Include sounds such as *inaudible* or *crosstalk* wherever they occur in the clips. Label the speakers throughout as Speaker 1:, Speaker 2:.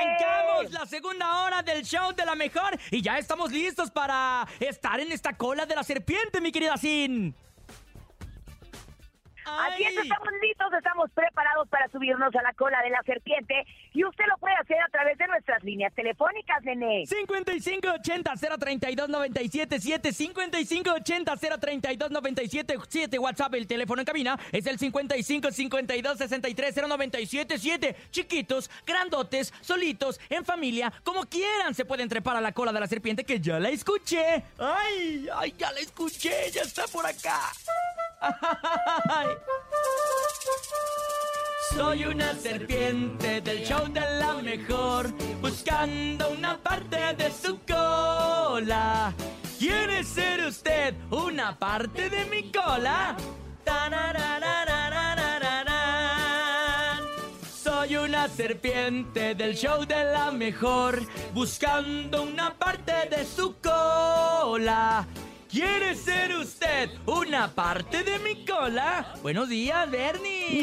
Speaker 1: Arrancamos la segunda hora del show de la mejor y ya estamos listos para estar en esta cola de la serpiente, mi querida Sin.
Speaker 2: Así es, estamos listos, estamos preparados para subirnos a la cola de la serpiente y usted lo puede hacer a través de nuestras líneas telefónicas, nene.
Speaker 1: 5580-032-977 5580-032-977 WhatsApp, el teléfono en cabina es el 5552-630977 Chiquitos, grandotes, solitos, en familia, como quieran se pueden trepar a la cola de la serpiente que ya la escuché. ¡Ay! ¡Ay, ya la escuché! ¡Ya está por acá! *laughs* Ay. Soy una serpiente del show de la mejor, buscando una parte de su cola. ¿Quiere ser usted una parte de mi cola? Tararararararararán. Soy una serpiente del show de la mejor, buscando una parte de su cola. ¿Quiere ser usted una parte de mi cola? Buenos días, Bernie.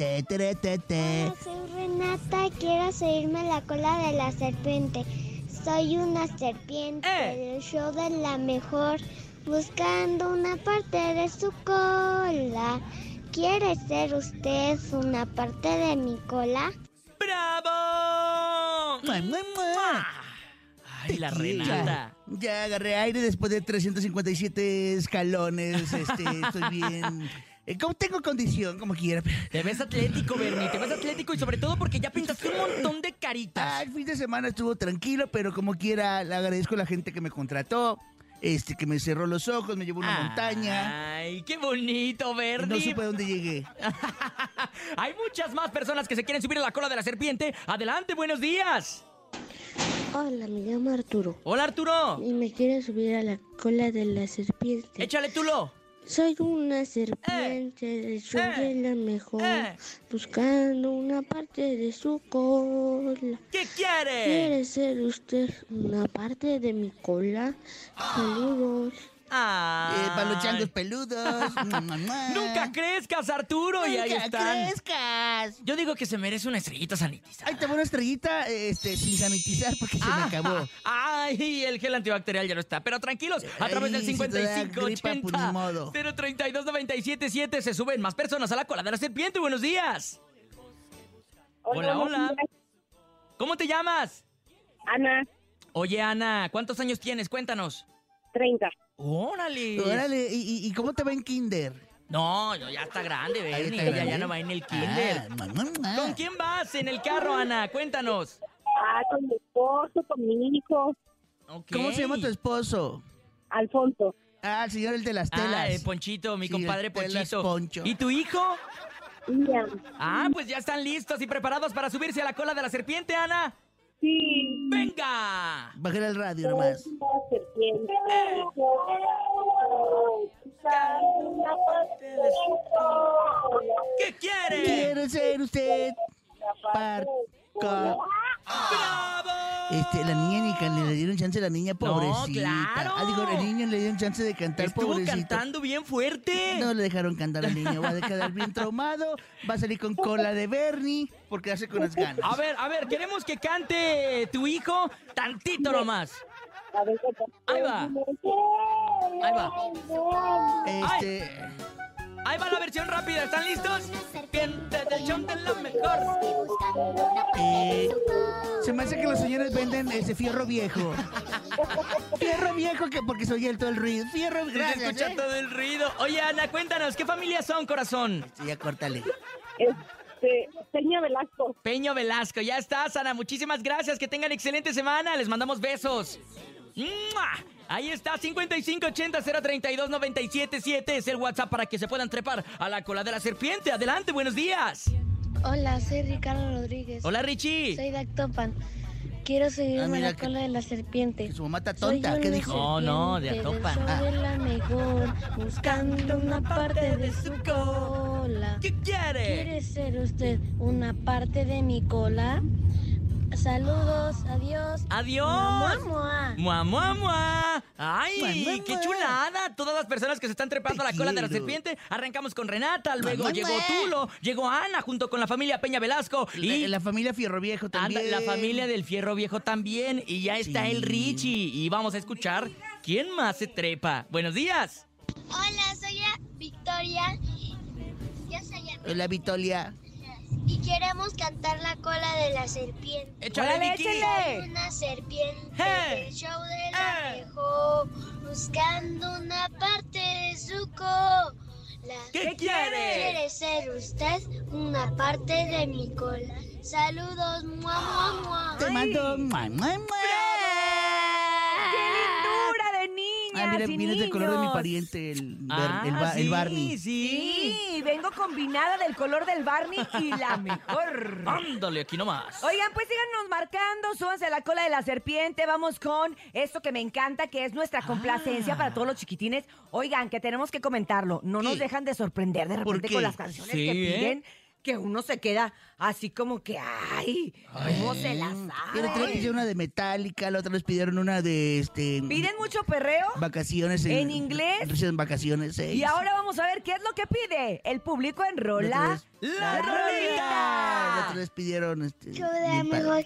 Speaker 3: Hola, soy Renata, quiero seguirme la cola de la serpiente. Soy una serpiente
Speaker 1: Eh.
Speaker 3: del show de la mejor, buscando una parte de su cola. ¿Quiere ser usted una parte de mi cola?
Speaker 1: ¡Bravo! Ay, la Ah, Renata.
Speaker 4: Ya agarré aire después de 357 escalones. Este, estoy
Speaker 1: *laughs*
Speaker 4: bien. Eh, como- tengo condición, como quiera.
Speaker 1: Te ves atlético, Bernie. Te ves atlético y sobre todo porque ya pintaste un montón de
Speaker 4: Ah,
Speaker 1: caritas.
Speaker 4: el fin de semana estuvo tranquilo, pero como quiera, le agradezco a la gente que me contrató, este, que me cerró los ojos, me llevó a una montaña.
Speaker 1: Ay, Ah, qué bonito, Bernie.
Speaker 4: No supe a dónde llegué.
Speaker 1: *laughs*
Speaker 4: Eh,
Speaker 1: Hay muchas más personas que se quieren subir a la cola de la serpiente. Adelante, buenos días.
Speaker 5: Hola, me llamo Arturo
Speaker 1: Hola, Arturo.
Speaker 5: y me quiero subir a la cola de la serpiente.
Speaker 1: Échale tulo.
Speaker 5: Soy una serpiente del show
Speaker 1: Eh.
Speaker 5: de la mejor,
Speaker 1: Eh.
Speaker 5: buscando una parte de su cola.
Speaker 1: ¿Qué quieres?
Speaker 5: ¿Quiere ser usted una parte de mi cola? Saludos.
Speaker 1: Ah.
Speaker 4: Eh, para los changos
Speaker 1: *laughs*
Speaker 4: peludos.
Speaker 1: Nunca crezcas, Arturo, y ahí
Speaker 4: Nunca
Speaker 1: están.
Speaker 4: crezcas.
Speaker 1: Yo digo que se merece una estrellita sanitizada.
Speaker 4: Ahí te va una estrellita este, sin sanitizar porque se me
Speaker 1: Ah,
Speaker 4: acabó.
Speaker 1: Ay, el gel antibacterial ya no está. Pero tranquilos, a través del
Speaker 4: Ay, si te da gripa, pues, ni
Speaker 1: 5580
Speaker 4: modo.
Speaker 1: 032 977 se suben más personas a la cola de la serpiente. Buenos días. Hola,
Speaker 2: buenos
Speaker 1: hola.
Speaker 2: días,
Speaker 1: ¿Cómo te llamas?
Speaker 2: Ana,
Speaker 1: Oye, Ana, ¿cuántos años tienes? Cuéntanos.
Speaker 2: 30.
Speaker 1: Órale.
Speaker 4: Órale, ¿y, y- y cómo te va en Kinder?
Speaker 1: No, no, ya está grande,
Speaker 4: Ahí
Speaker 1: Bernie.
Speaker 4: está
Speaker 1: Ella ya
Speaker 4: grande.
Speaker 1: no va en el kinder.
Speaker 4: Ah, mua, mua, mua.
Speaker 1: ¿Con quién vas en el carro, Ana? Cuéntanos.
Speaker 2: Ah, con mi esposo, con mi hijo,
Speaker 1: Ok.
Speaker 4: ¿Cómo se llama tu esposo?
Speaker 2: Alfonso.
Speaker 4: Ah, el señor el de las
Speaker 1: Ah,
Speaker 4: telas.
Speaker 1: eh, Ponchito, mi
Speaker 4: Sí,
Speaker 1: compadre
Speaker 4: el telas
Speaker 1: Ponchito.
Speaker 4: Poncho.
Speaker 1: ¿Y tu hijo?
Speaker 2: Mira,
Speaker 1: Ah, pues ya están listos y preparados para subirse a la cola de la serpiente, Ana.
Speaker 2: sí,
Speaker 1: ¡Venga!
Speaker 4: Bájale el radio nomás.
Speaker 2: una serpiente. Una parte de su cola.
Speaker 1: ¿Qué quiere?
Speaker 4: Quiero ser usted par- ca-
Speaker 1: ¡Bravo!
Speaker 4: Este, la niña ni can- le dieron chance a la niña pobrecita.
Speaker 1: claro.
Speaker 4: Ah, digo, el niño le dieron chance de cantar
Speaker 1: Estuvo
Speaker 4: pobrecito.
Speaker 1: cantando bien fuerte.
Speaker 4: No le dejaron cantar al niño. Va a quedar bien traumado. Va a salir con cola de Bernie porque hace con las ganas.
Speaker 1: A ver, a ver, queremos que cante tu hijo tantito nomás.
Speaker 2: A ver, ¿qué tal?
Speaker 1: Ahí va. Ahí va.
Speaker 4: Este.
Speaker 1: Ahí va la versión rápida. ¿Están listos? Serpiente del show de la mejor.
Speaker 4: eh, se me hace que los señores venden ese fierro
Speaker 2: *laughs*
Speaker 4: viejo. fierro viejo que porque se oye todo el ruido. Fierro
Speaker 1: Se
Speaker 4: gracias,
Speaker 1: escucha
Speaker 4: ¿eh?
Speaker 1: todo el ruido. Oye, Ana, cuéntanos, ¿qué familia son, corazón?
Speaker 4: Sí, ya córtale.
Speaker 2: Este, Peña Velasco.
Speaker 1: Peño Velasco, ya estás, Ana. Muchísimas gracias. Que tengan excelente semana. Les mandamos besos. ¡Mua! Ahí está, 5580-032-977 es el WhatsApp para que se puedan trepar a la cola de la serpiente. Adelante, buenos días.
Speaker 5: Hola, soy Ricardo Rodríguez.
Speaker 1: Hola, Richie.
Speaker 5: de Actopan. Quiero
Speaker 4: Ah,
Speaker 5: seguirme
Speaker 4: mira la que- cola
Speaker 5: de la serpiente.
Speaker 4: Que su mamá está tonta. ¿Qué dijo?
Speaker 1: No,
Speaker 4: Ah.
Speaker 1: no, de Atopan.
Speaker 5: Atopan. la mejor, buscando una parte de su cola.
Speaker 1: ¿Qué quiere?
Speaker 5: ¿Quiere ser usted una parte de mi cola? Saludos, adiós.
Speaker 1: ¡Adiós!
Speaker 5: Mua, mua.
Speaker 1: ¡Mua, mua, mua!
Speaker 4: Mua,
Speaker 1: ay
Speaker 4: mua,
Speaker 1: qué
Speaker 4: mua.
Speaker 1: chulada! Todas las personas que se están trepando
Speaker 4: Te
Speaker 1: a la cola de la
Speaker 4: quiero.
Speaker 1: serpiente. Arrancamos con Renata, luego
Speaker 4: mua,
Speaker 1: llegó
Speaker 4: mua.
Speaker 1: Tulo, llegó Ana junto con la familia Peña Velasco y
Speaker 4: La, la familia Fierroviejo
Speaker 1: anda,
Speaker 4: también.
Speaker 1: la familia del Fierro Viejo también. Y ya está
Speaker 4: Sí.
Speaker 1: el Richie. Y vamos a escuchar quién más se trepa. ¡Buenos días!
Speaker 6: Hola, soy la Victoria. Yo soy Ana.
Speaker 4: La Vitolia.
Speaker 6: Y queremos cantar la cola de la serpiente.
Speaker 1: ¡Échale,
Speaker 2: Órale,
Speaker 1: Vicky!
Speaker 2: échale. Eh.
Speaker 6: Una serpiente
Speaker 1: Eh.
Speaker 6: del show de la
Speaker 1: Eh.
Speaker 6: mejor, buscando una parte de su cola.
Speaker 1: ¿Qué quiere?
Speaker 6: ¿Quiere ser usted una parte de mi cola? Saludos, mua, mua, mua.
Speaker 4: Te mando. mua, mua, mua.
Speaker 2: ¡Qué lindura de niñas
Speaker 4: Ah, mira,
Speaker 2: y
Speaker 4: vienes del color de mi
Speaker 2: niños!
Speaker 4: pariente, el,
Speaker 1: Ah,
Speaker 4: ver- el, ba- el
Speaker 1: sí,
Speaker 4: Barney.
Speaker 1: Sí.
Speaker 2: Sí, vengo combinada del color del Barney y
Speaker 4: *laughs*
Speaker 2: la mejor.
Speaker 1: Ándale, aquí nomás.
Speaker 2: Oigan, pues síganos marcando, súbanse a la cola de la serpiente, vamos con esto que me encanta, que es
Speaker 4: Ah.
Speaker 2: nuestra complacencia para todos los chiquitines. Oigan, que tenemos que comentarlo, no nos
Speaker 4: ¿Qué?
Speaker 2: dejan de sorprender de
Speaker 4: ¿Por
Speaker 2: repente
Speaker 4: qué?
Speaker 2: con las canciones
Speaker 1: Sí,
Speaker 2: que
Speaker 1: ¿eh?
Speaker 2: piden, que uno se queda así como que, ay, ¿cómo se las
Speaker 4: El otro día
Speaker 2: sabe?
Speaker 4: pidieron una de Metallica, la otra vez pidieron una de este.
Speaker 2: Piden mucho perreo
Speaker 4: Vacaciones en,
Speaker 2: en inglés.
Speaker 4: En vacaciones. eh.
Speaker 2: y ahora vamos a ver qué es lo que pide el público en rola.
Speaker 4: vez.
Speaker 1: La
Speaker 4: Ah, La
Speaker 1: rolita.
Speaker 4: otra vez pidieron este.
Speaker 3: Yo de la
Speaker 4: mi padre.
Speaker 3: mejor.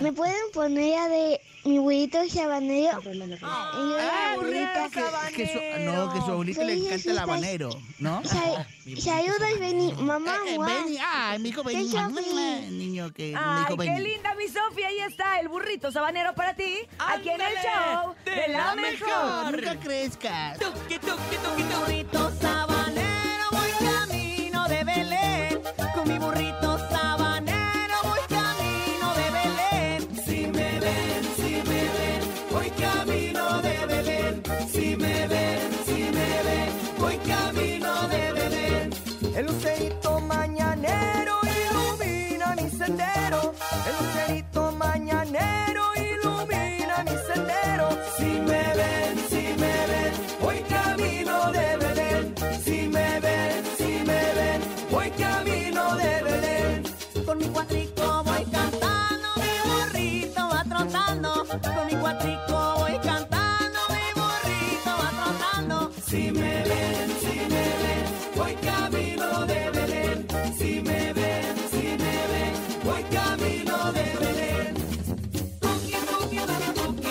Speaker 3: ¿Me pueden poner ya de mi huevito habanero? Y yo la
Speaker 4: Ah,
Speaker 3: abuelita.
Speaker 4: que- que su- ah, no, que su abuelita le
Speaker 3: Soy
Speaker 4: encanta el
Speaker 3: Jesús.
Speaker 4: habanero, ¿no?
Speaker 3: Say- Sayuda y vení, mamá,
Speaker 4: Eh, eh,
Speaker 3: guau.
Speaker 4: Benny, ay, mi hijo Benny,
Speaker 3: Yo
Speaker 4: mua,
Speaker 3: vi.
Speaker 4: mua, niño que, mi
Speaker 2: Ay,
Speaker 4: hijo
Speaker 2: qué
Speaker 4: Benny.
Speaker 2: linda mi Sofía, ahí está el burrito sabanero para ti, aquí en el
Speaker 1: Ándale,
Speaker 2: show
Speaker 1: de
Speaker 2: de la
Speaker 1: la
Speaker 2: mejor.
Speaker 1: mejor.
Speaker 4: Nunca crezcas.
Speaker 1: Tuki, tuki, tuki, tuki.
Speaker 7: burrito sabanero voy camino de Belén. Con mi burrito sabanero voy camino de Belén. Si me ven, si me ven, voy camino de Belén. Si me ven, si me ven, voy camino de Belén. El lucerito mañanero ilumina mi sendero. El lucerito mañanero ilumina mi sendero. Si me ven, si me ven, voy camino de Belén. Si me ven, si me ven, voy camino de Belén. Con mi cuatrico voy cantando, mi burrito va trotando. Con mi cuatrico voy cantando, mi burrito va trotando. Si me ven, si me ven, voy camino de Belén. Si me ven, si me ven, voy camino de Belén. Tuki, tuki, tuki, tuki,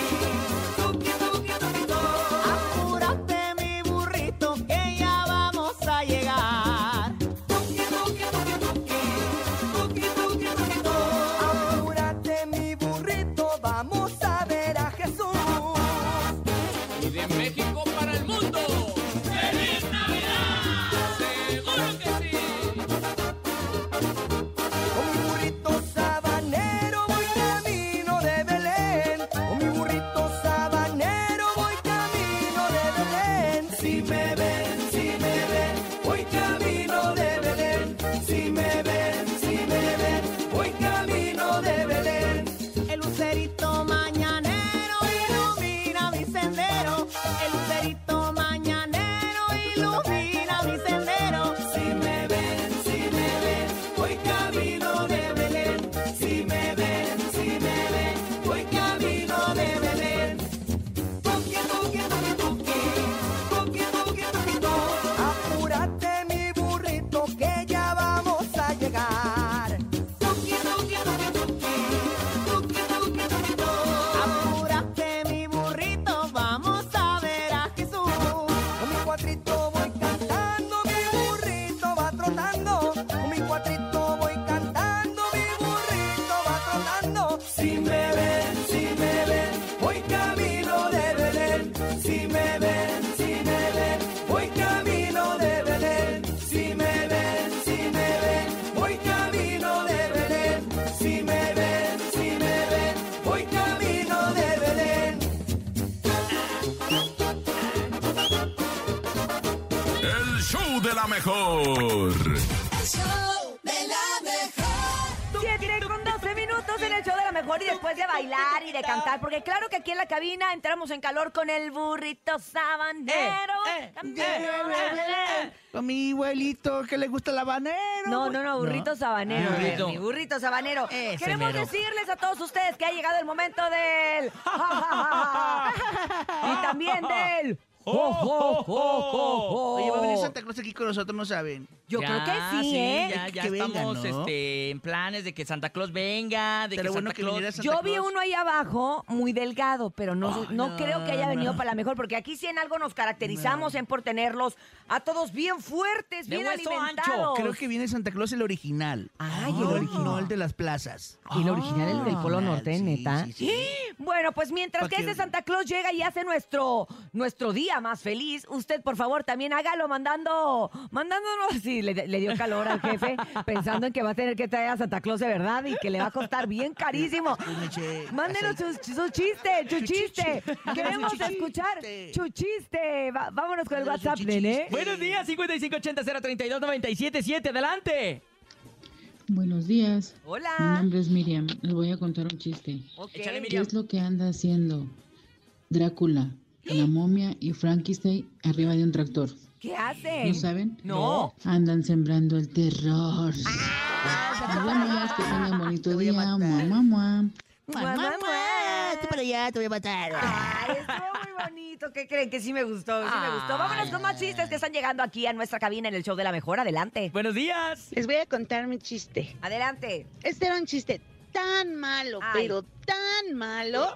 Speaker 7: tuki, tuki, tuki, to. Apúrate mi burrito, que ya vamos a llegar. Tuki, tuki, tuki, tuki, tuki, tuki, tuki, to. Apúrate mi burrito, vamos a ver a Jesús. Con mi burrito sabanero voy camino de Belén. Con mi burrito sabanero voy camino de Belén. Si me ven, si me ven, voy camino de Belén. Si me ven, si me ven, voy camino de Belén. El lucerito mañanero ilumina mi sendero. El lucerito mañanero ilumina mi sendero. Si me ven, si me ven, voy camino de Belén. Si me ven, si me ven, voy camino de Belén. Tuki, tuki, tuki, tuki, tuki, tuki, tuki, to. Apúrate mi burrito que ya vamos a llegar. Tuki, tuki, tuki, tuki, tuki, tuki, tuki, to. Apúrate mi burrito, vamos a ver a Jesús. Con mi cuatrito voy cantando, mi burrito va trotando. Con mi cuatrito voy cantando, mi burrito va trotando. Si me ven, si me ven, voy camino de Belén. Si me ven, si me ven, voy camino de Belén. Si me ven, si me ven, voy camino de Belén. Si me ven, si me ven, voy camino de Belén.
Speaker 8: El show de la mejor.
Speaker 2: Siete con 12 minutos en el show de la mejor y después de bailar y de cantar, porque claro que aquí en la cabina entramos en calor con el burrito sabanero.
Speaker 1: Eh,
Speaker 4: Con mi abuelito que le gusta el habanero.
Speaker 2: No, no, no, burrito sabanero.
Speaker 1: Ah, burrito.
Speaker 2: Bernie, burrito sabanero.
Speaker 4: Ese
Speaker 2: Queremos
Speaker 4: mero.
Speaker 2: decirles a todos ustedes que ha llegado el momento
Speaker 1: *laughs*
Speaker 2: del. y también
Speaker 1: *laughs*
Speaker 2: del. Jo, jo, jo, jo, jo.
Speaker 4: Oye, va a venir Santa Claus aquí con nosotros, no saben.
Speaker 2: Yo
Speaker 1: Ya,
Speaker 2: creo que sí, ¿eh?
Speaker 1: Ya, ya
Speaker 4: Que venga,
Speaker 1: estamos
Speaker 4: ¿no?
Speaker 1: este, en planes de que Santa Claus venga, de
Speaker 4: Estaría
Speaker 1: que
Speaker 4: bueno
Speaker 1: Santa
Speaker 4: que
Speaker 1: Claus...
Speaker 4: viniera Santa
Speaker 2: Yo vi
Speaker 4: Claus.
Speaker 2: uno ahí abajo muy delgado, pero no, no, creo que haya venido para la mejor, porque aquí sí en algo nos caracterizamos en por tenerlos a todos bien fuertes,
Speaker 1: De
Speaker 2: bien
Speaker 1: hueso ancho.
Speaker 2: alimentados.
Speaker 4: Creo que viene Santa Claus el original.
Speaker 2: Ay,
Speaker 4: el
Speaker 2: Oh. Ah, el
Speaker 4: original de las plazas.
Speaker 2: Y el original, el del Polo Norte,
Speaker 4: Sí,
Speaker 2: neta.
Speaker 4: sí, sí.
Speaker 2: Bueno, pues mientras
Speaker 4: Pa'
Speaker 2: que
Speaker 4: que-
Speaker 2: este Santa Claus llega y hace nuestro, nuestro día más feliz, usted por favor también hágalo mandando, mandándonos, sí, le, le dio calor al
Speaker 4: *laughs*
Speaker 2: jefe, pensando en que va a tener que traer a Santa Claus de verdad y que le va a costar bien carísimo.
Speaker 4: pues, Escúchame,
Speaker 2: Mándenos su, su chiste, su chiste. *laughs* Queremos
Speaker 4: Mándenos su
Speaker 2: escuchar
Speaker 4: chiste.
Speaker 2: su chiste. Va- vámonos con el
Speaker 4: Mándenos su
Speaker 2: WhatsApp,
Speaker 4: chichiste.
Speaker 2: nene.
Speaker 1: Buenos días, 5580-032-977, adelante.
Speaker 9: Buenos días, mi
Speaker 2: Hola.
Speaker 9: nombre es Miriam. Les voy a contar un chiste.
Speaker 2: Ok.
Speaker 1: Échale,
Speaker 9: ¿Qué
Speaker 1: Miriam.
Speaker 9: es lo que anda haciendo Drácula, la momia y Frankenstein arriba de un tractor?
Speaker 2: ¿Qué
Speaker 9: ¿No
Speaker 2: hacen?
Speaker 9: saben?
Speaker 2: No.
Speaker 9: Andan sembrando el terror.
Speaker 2: Ah.
Speaker 9: Nos vemos, que tengan bonito día. Mua, mua, mua.
Speaker 2: Mua, mua, mua.
Speaker 4: Tú para allá, te voy a matar.
Speaker 2: Ay, estuvo muy bonito. ¿Qué creen? Que sí me gustó, sí me gustó. Vámonos con más chistes que están llegando aquí a nuestra cabina en el show de la mejor. Adelante.
Speaker 1: Buenos días.
Speaker 10: Les voy a contar mi chiste.
Speaker 2: Adelante.
Speaker 10: Este era un chiste tan malo,
Speaker 2: Ay.
Speaker 10: pero tan malo,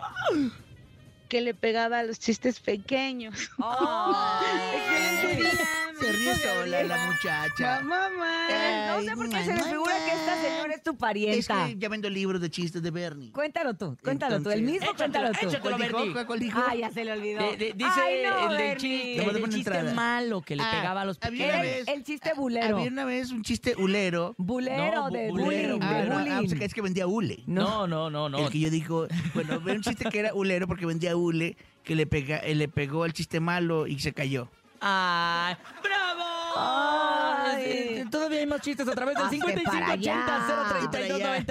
Speaker 10: que le pegaba a los chistes pequeños. Excelente
Speaker 2: Ay.
Speaker 10: día, mi
Speaker 4: Se ríe
Speaker 10: hijo
Speaker 4: sola la
Speaker 10: Gabriela.
Speaker 4: muchacha.
Speaker 10: Mamá, mamá.
Speaker 2: No sé por qué se me figura que esta señora es tu
Speaker 4: Es
Speaker 2: parienta.
Speaker 4: que ya vendo libros de chistes de Bernie.
Speaker 2: Cuéntalo tú, cuéntalo tú. El
Speaker 4: Entonces,
Speaker 2: mismo, cuéntalo tú.
Speaker 1: échatelo,
Speaker 4: ¿Cuál dijo?
Speaker 1: Bernie.
Speaker 4: ¿Cuál dijo?
Speaker 2: Ah, ya se le olvidó.
Speaker 1: De- de- dice
Speaker 2: Ay, no,
Speaker 1: el del
Speaker 2: Bernie.
Speaker 1: chiste,
Speaker 4: Le voy a
Speaker 1: el
Speaker 4: poner
Speaker 1: chiste
Speaker 4: entrada.
Speaker 1: malo que le
Speaker 4: Ah,
Speaker 1: pegaba a los
Speaker 4: había una
Speaker 1: pequeños.
Speaker 4: vez-
Speaker 2: El chiste este bulero.
Speaker 4: Había una vez un chiste hulero.
Speaker 2: Bulero
Speaker 1: No, bu-
Speaker 2: de
Speaker 1: bulero,
Speaker 2: bullying.
Speaker 4: Ah,
Speaker 2: de
Speaker 1: bulero.
Speaker 4: no, ah,
Speaker 2: bullying.
Speaker 4: pues es que vendía hule.
Speaker 1: No, no, no, no.
Speaker 4: El que yo digo, bueno, había un chiste que era hulero porque vendía hule, que le, pega, eh, le pegó al chiste malo y se cayó.
Speaker 1: ¡Ay! ¡Bravo!
Speaker 2: Ay.
Speaker 1: Todavía hay más chistes a través del
Speaker 2: Hazte para allá.
Speaker 4: Mejor,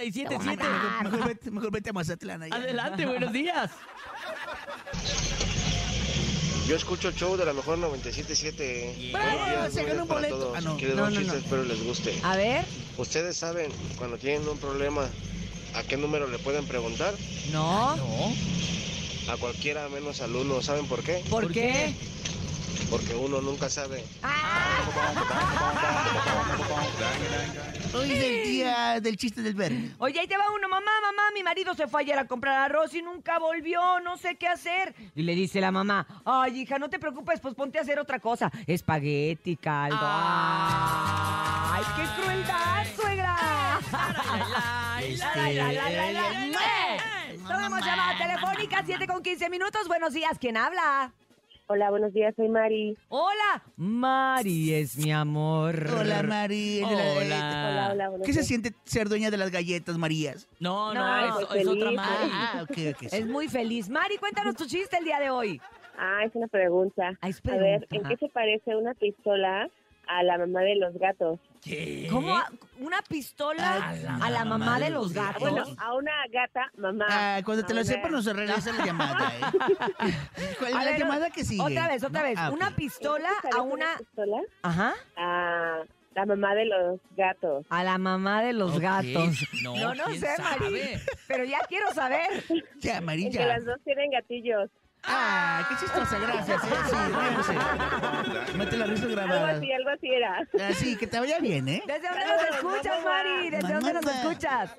Speaker 1: 5580-032-977.
Speaker 4: mejor vete, mejor vete a Mazatlán allá.
Speaker 1: Adelante, buenos
Speaker 2: *laughs*
Speaker 1: días.
Speaker 11: Yo escucho el show de la mejor 97.7.
Speaker 4: ¡Bravo!
Speaker 11: Buenos días, buenos
Speaker 4: Se ganó
Speaker 11: días
Speaker 4: un
Speaker 11: para
Speaker 4: boleto.
Speaker 11: todos.
Speaker 4: Ah, no.
Speaker 11: Aquí les
Speaker 4: No,
Speaker 11: va un
Speaker 4: no,
Speaker 11: chiste,
Speaker 4: no.
Speaker 11: espero les guste.
Speaker 2: A ver.
Speaker 11: Ustedes saben, cuando tienen un problema, ¿a qué número le pueden preguntar?
Speaker 2: No.
Speaker 11: A cualquiera menos al uno. ¿Saben por qué?
Speaker 2: ¿Por qué? Ah.
Speaker 11: Porque uno nunca sabe.
Speaker 4: Hoy es el día del chiste del Bernie.
Speaker 2: Oye, ahí te va uno, mamá, mamá, mi marido se fue ayer a comprar arroz y nunca volvió, no sé qué hacer. Y le dice la mamá, ay, hija, no te preocupes, pues ponte a hacer otra cosa. Espagueti, caldo. ¡Ay, qué crueldad, suegra! Tomamos llamada telefónica, 7 con 15 minutos. Buenos días, ¿quién habla?
Speaker 10: Hola, buenos días, soy Mari.
Speaker 2: Hola, Mari es mi amor.
Speaker 4: Hola, María.
Speaker 1: Hola.
Speaker 10: buenos
Speaker 4: ¿Qué se siente ser dueña de las galletas, Marías?
Speaker 1: No,
Speaker 2: No,
Speaker 1: no, es,
Speaker 10: pues
Speaker 1: es otra
Speaker 10: feliz.
Speaker 1: Mari.
Speaker 4: Ah, ok, ok. sí.
Speaker 2: Es muy feliz. Mari, cuéntanos tu chiste el día de hoy.
Speaker 10: Ah, es una pregunta.
Speaker 2: Ah, es
Speaker 10: A ver,
Speaker 2: pregunta.
Speaker 10: ¿en qué se parece una pistola a la mamá de los gatos?
Speaker 1: ¿Qué?
Speaker 2: ¿Cómo a- una pistola a la, mamá, de los gatos?
Speaker 10: Ah, Bueno, a una gata, mamá.
Speaker 4: Ah, cuando te
Speaker 10: A
Speaker 4: lo
Speaker 10: ver.
Speaker 4: sepan nos regresa la llamada,
Speaker 2: *laughs*
Speaker 4: ¿eh? ¿Cuál es
Speaker 2: A
Speaker 4: la
Speaker 2: ver,
Speaker 4: llamada que sigue?
Speaker 2: Otra vez, otra
Speaker 4: No,
Speaker 2: vez.
Speaker 4: ah,
Speaker 2: Una
Speaker 4: ok.
Speaker 2: pistola
Speaker 10: ¿En qué se
Speaker 2: a
Speaker 10: parece
Speaker 2: una...
Speaker 10: pistola
Speaker 2: Ajá.
Speaker 10: a la mamá de los gatos.
Speaker 2: A la mamá de los
Speaker 1: Ok,
Speaker 2: gatos.
Speaker 1: no,
Speaker 2: No, no
Speaker 1: ¿quién
Speaker 2: sé,
Speaker 1: sabe?
Speaker 2: Mari. Pero ya quiero saber.
Speaker 4: Ya,
Speaker 10: En que
Speaker 4: amarilla.
Speaker 10: las dos tienen gatillos.
Speaker 4: Ah, qué chistosa, gracias. ¿eh? Sí, ríanse. Mete la risa
Speaker 10: Algo
Speaker 4: grabada.
Speaker 10: así, algo así era.
Speaker 4: Así, que te vaya bien, ¿eh?
Speaker 2: ¿Desde dónde nos escuchas, Mari? ¿Desde dónde nos
Speaker 4: Mamá.
Speaker 2: escuchas?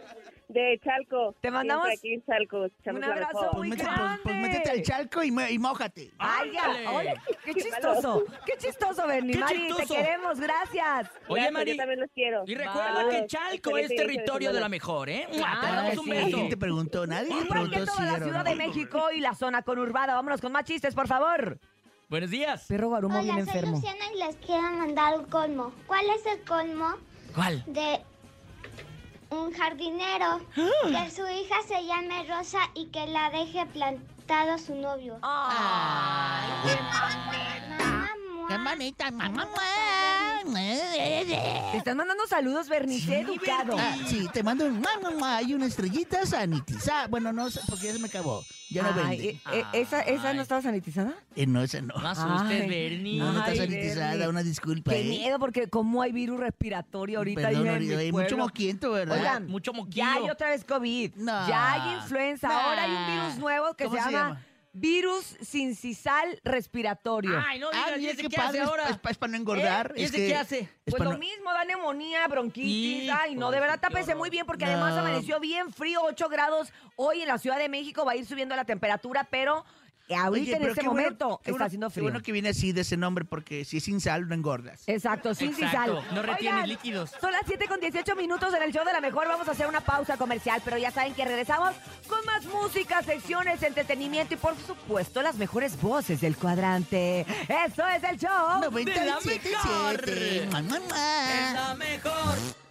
Speaker 10: De Chalco.
Speaker 2: Te mandamos
Speaker 10: Siempre aquí en Chalco. Echamos
Speaker 2: un
Speaker 10: la
Speaker 2: abrazo
Speaker 10: mejor.
Speaker 2: muy-
Speaker 4: Pues mete, pues, pues
Speaker 2: grande.
Speaker 4: métete al charco y, mo- y mójate.
Speaker 2: Ay, ya.
Speaker 1: Ándale.
Speaker 2: Oye, qué chistoso. Qué chistoso, Bernie.
Speaker 1: Qué
Speaker 2: Mari, te
Speaker 1: chistoso.
Speaker 2: queremos. Gracias.
Speaker 1: Oye,
Speaker 10: Gracias,
Speaker 1: Mari,
Speaker 10: Yo también los quiero.
Speaker 1: y recuerda
Speaker 10: Bye.
Speaker 1: que Chalco es
Speaker 10: Excelente inicio de
Speaker 1: territorio de la
Speaker 10: semana.
Speaker 1: mejor, ¿eh? Te
Speaker 2: Claro
Speaker 1: mandamos
Speaker 2: que
Speaker 1: un
Speaker 2: sí.
Speaker 1: beso.
Speaker 4: ¿Quién te preguntó? Nadie te
Speaker 2: Igual que
Speaker 4: preguntó si
Speaker 2: toda la
Speaker 4: era o
Speaker 2: Ciudad
Speaker 4: no.
Speaker 2: de México y la zona conurbada. Vámonos con más chistes, por favor.
Speaker 1: Buenos días.
Speaker 2: Perro Guarumo bien
Speaker 3: Hola, soy
Speaker 2: enfermo.
Speaker 3: Luciana y les quiero mandar un colmo. ¿Cuál es el colmo
Speaker 1: ¿Cuál?
Speaker 3: de
Speaker 4: *gasps*
Speaker 3: un jardinero? Que su hija se llame Rosa y que la deje plantado su novio.
Speaker 4: Ah.
Speaker 2: Ay,
Speaker 3: Mamá, mamá.
Speaker 4: manita, mamá.
Speaker 3: Ay,
Speaker 2: Te están mandando saludos, Bernice, educado.
Speaker 4: Ah, sí, te mando un mua, mua, mua, y una estrellita sanitizada. Bueno, no, porque ya se me acabó. Ya no
Speaker 2: Ay,
Speaker 4: vende.
Speaker 2: eh, eh, ¿esa, ¿Esa no estaba sanitizada?
Speaker 4: Eh, no, esa no.
Speaker 2: asustes, Ay. Bernie.
Speaker 4: No, no está
Speaker 2: Ay,
Speaker 4: sanitizada,
Speaker 2: Bernie.
Speaker 4: una disculpa,
Speaker 2: Qué
Speaker 4: ¿eh?
Speaker 2: miedo, porque como hay virus respiratorio ahorita.
Speaker 4: Perdón,
Speaker 2: ahí en
Speaker 4: ahorita
Speaker 2: mi
Speaker 4: pues, hay mucho
Speaker 2: pueblo.
Speaker 4: moquiento, ¿verdad?
Speaker 2: Oigan,
Speaker 1: Mucho
Speaker 2: ya hay otra vez COVID. Ya hay influenza.
Speaker 4: Nah.
Speaker 2: Ahora hay un virus nuevo que se,
Speaker 4: ¿Cómo se
Speaker 2: llama,
Speaker 4: llama?
Speaker 2: virus sincisal respiratorio.
Speaker 1: Ay, no digas, Ah, ¿y ¿y ese ese qué qué hace
Speaker 4: padre, es- ahora? es pa- es para no engordar,
Speaker 2: ¿Y
Speaker 4: es
Speaker 2: ese
Speaker 4: que-
Speaker 2: qué hace?
Speaker 4: es
Speaker 2: Pues
Speaker 4: para
Speaker 2: lo
Speaker 4: no-
Speaker 2: mismo, da neumonía, bronquitis.
Speaker 4: Híjole,
Speaker 2: ay, no, de verdad tápese muy bien porque además
Speaker 4: No.
Speaker 2: amaneció bien frío, 8 grados. Hoy en la Ciudad de México va a ir subiendo la temperatura, pero ahorita
Speaker 4: Oye,
Speaker 2: en
Speaker 4: pero
Speaker 2: este
Speaker 4: qué bueno-
Speaker 2: momento
Speaker 4: qué
Speaker 2: está
Speaker 4: bueno-
Speaker 2: haciendo
Speaker 4: Qué
Speaker 2: frío.
Speaker 4: bueno que viene así de ese nombre, porque si es sin sal, no engordas.
Speaker 2: Exacto, sin sisal.
Speaker 4: Exacto, no retiene
Speaker 2: Oigan,
Speaker 4: líquidos.
Speaker 2: Son las 7 con 18 minutos en el show de la mejor. Vamos a hacer una pausa comercial, pero ya saben que regresamos con más música, secciones, entretenimiento y por supuesto las mejores voces del cuadrante. Eso es el show.
Speaker 1: De la mejor. Es la mejor.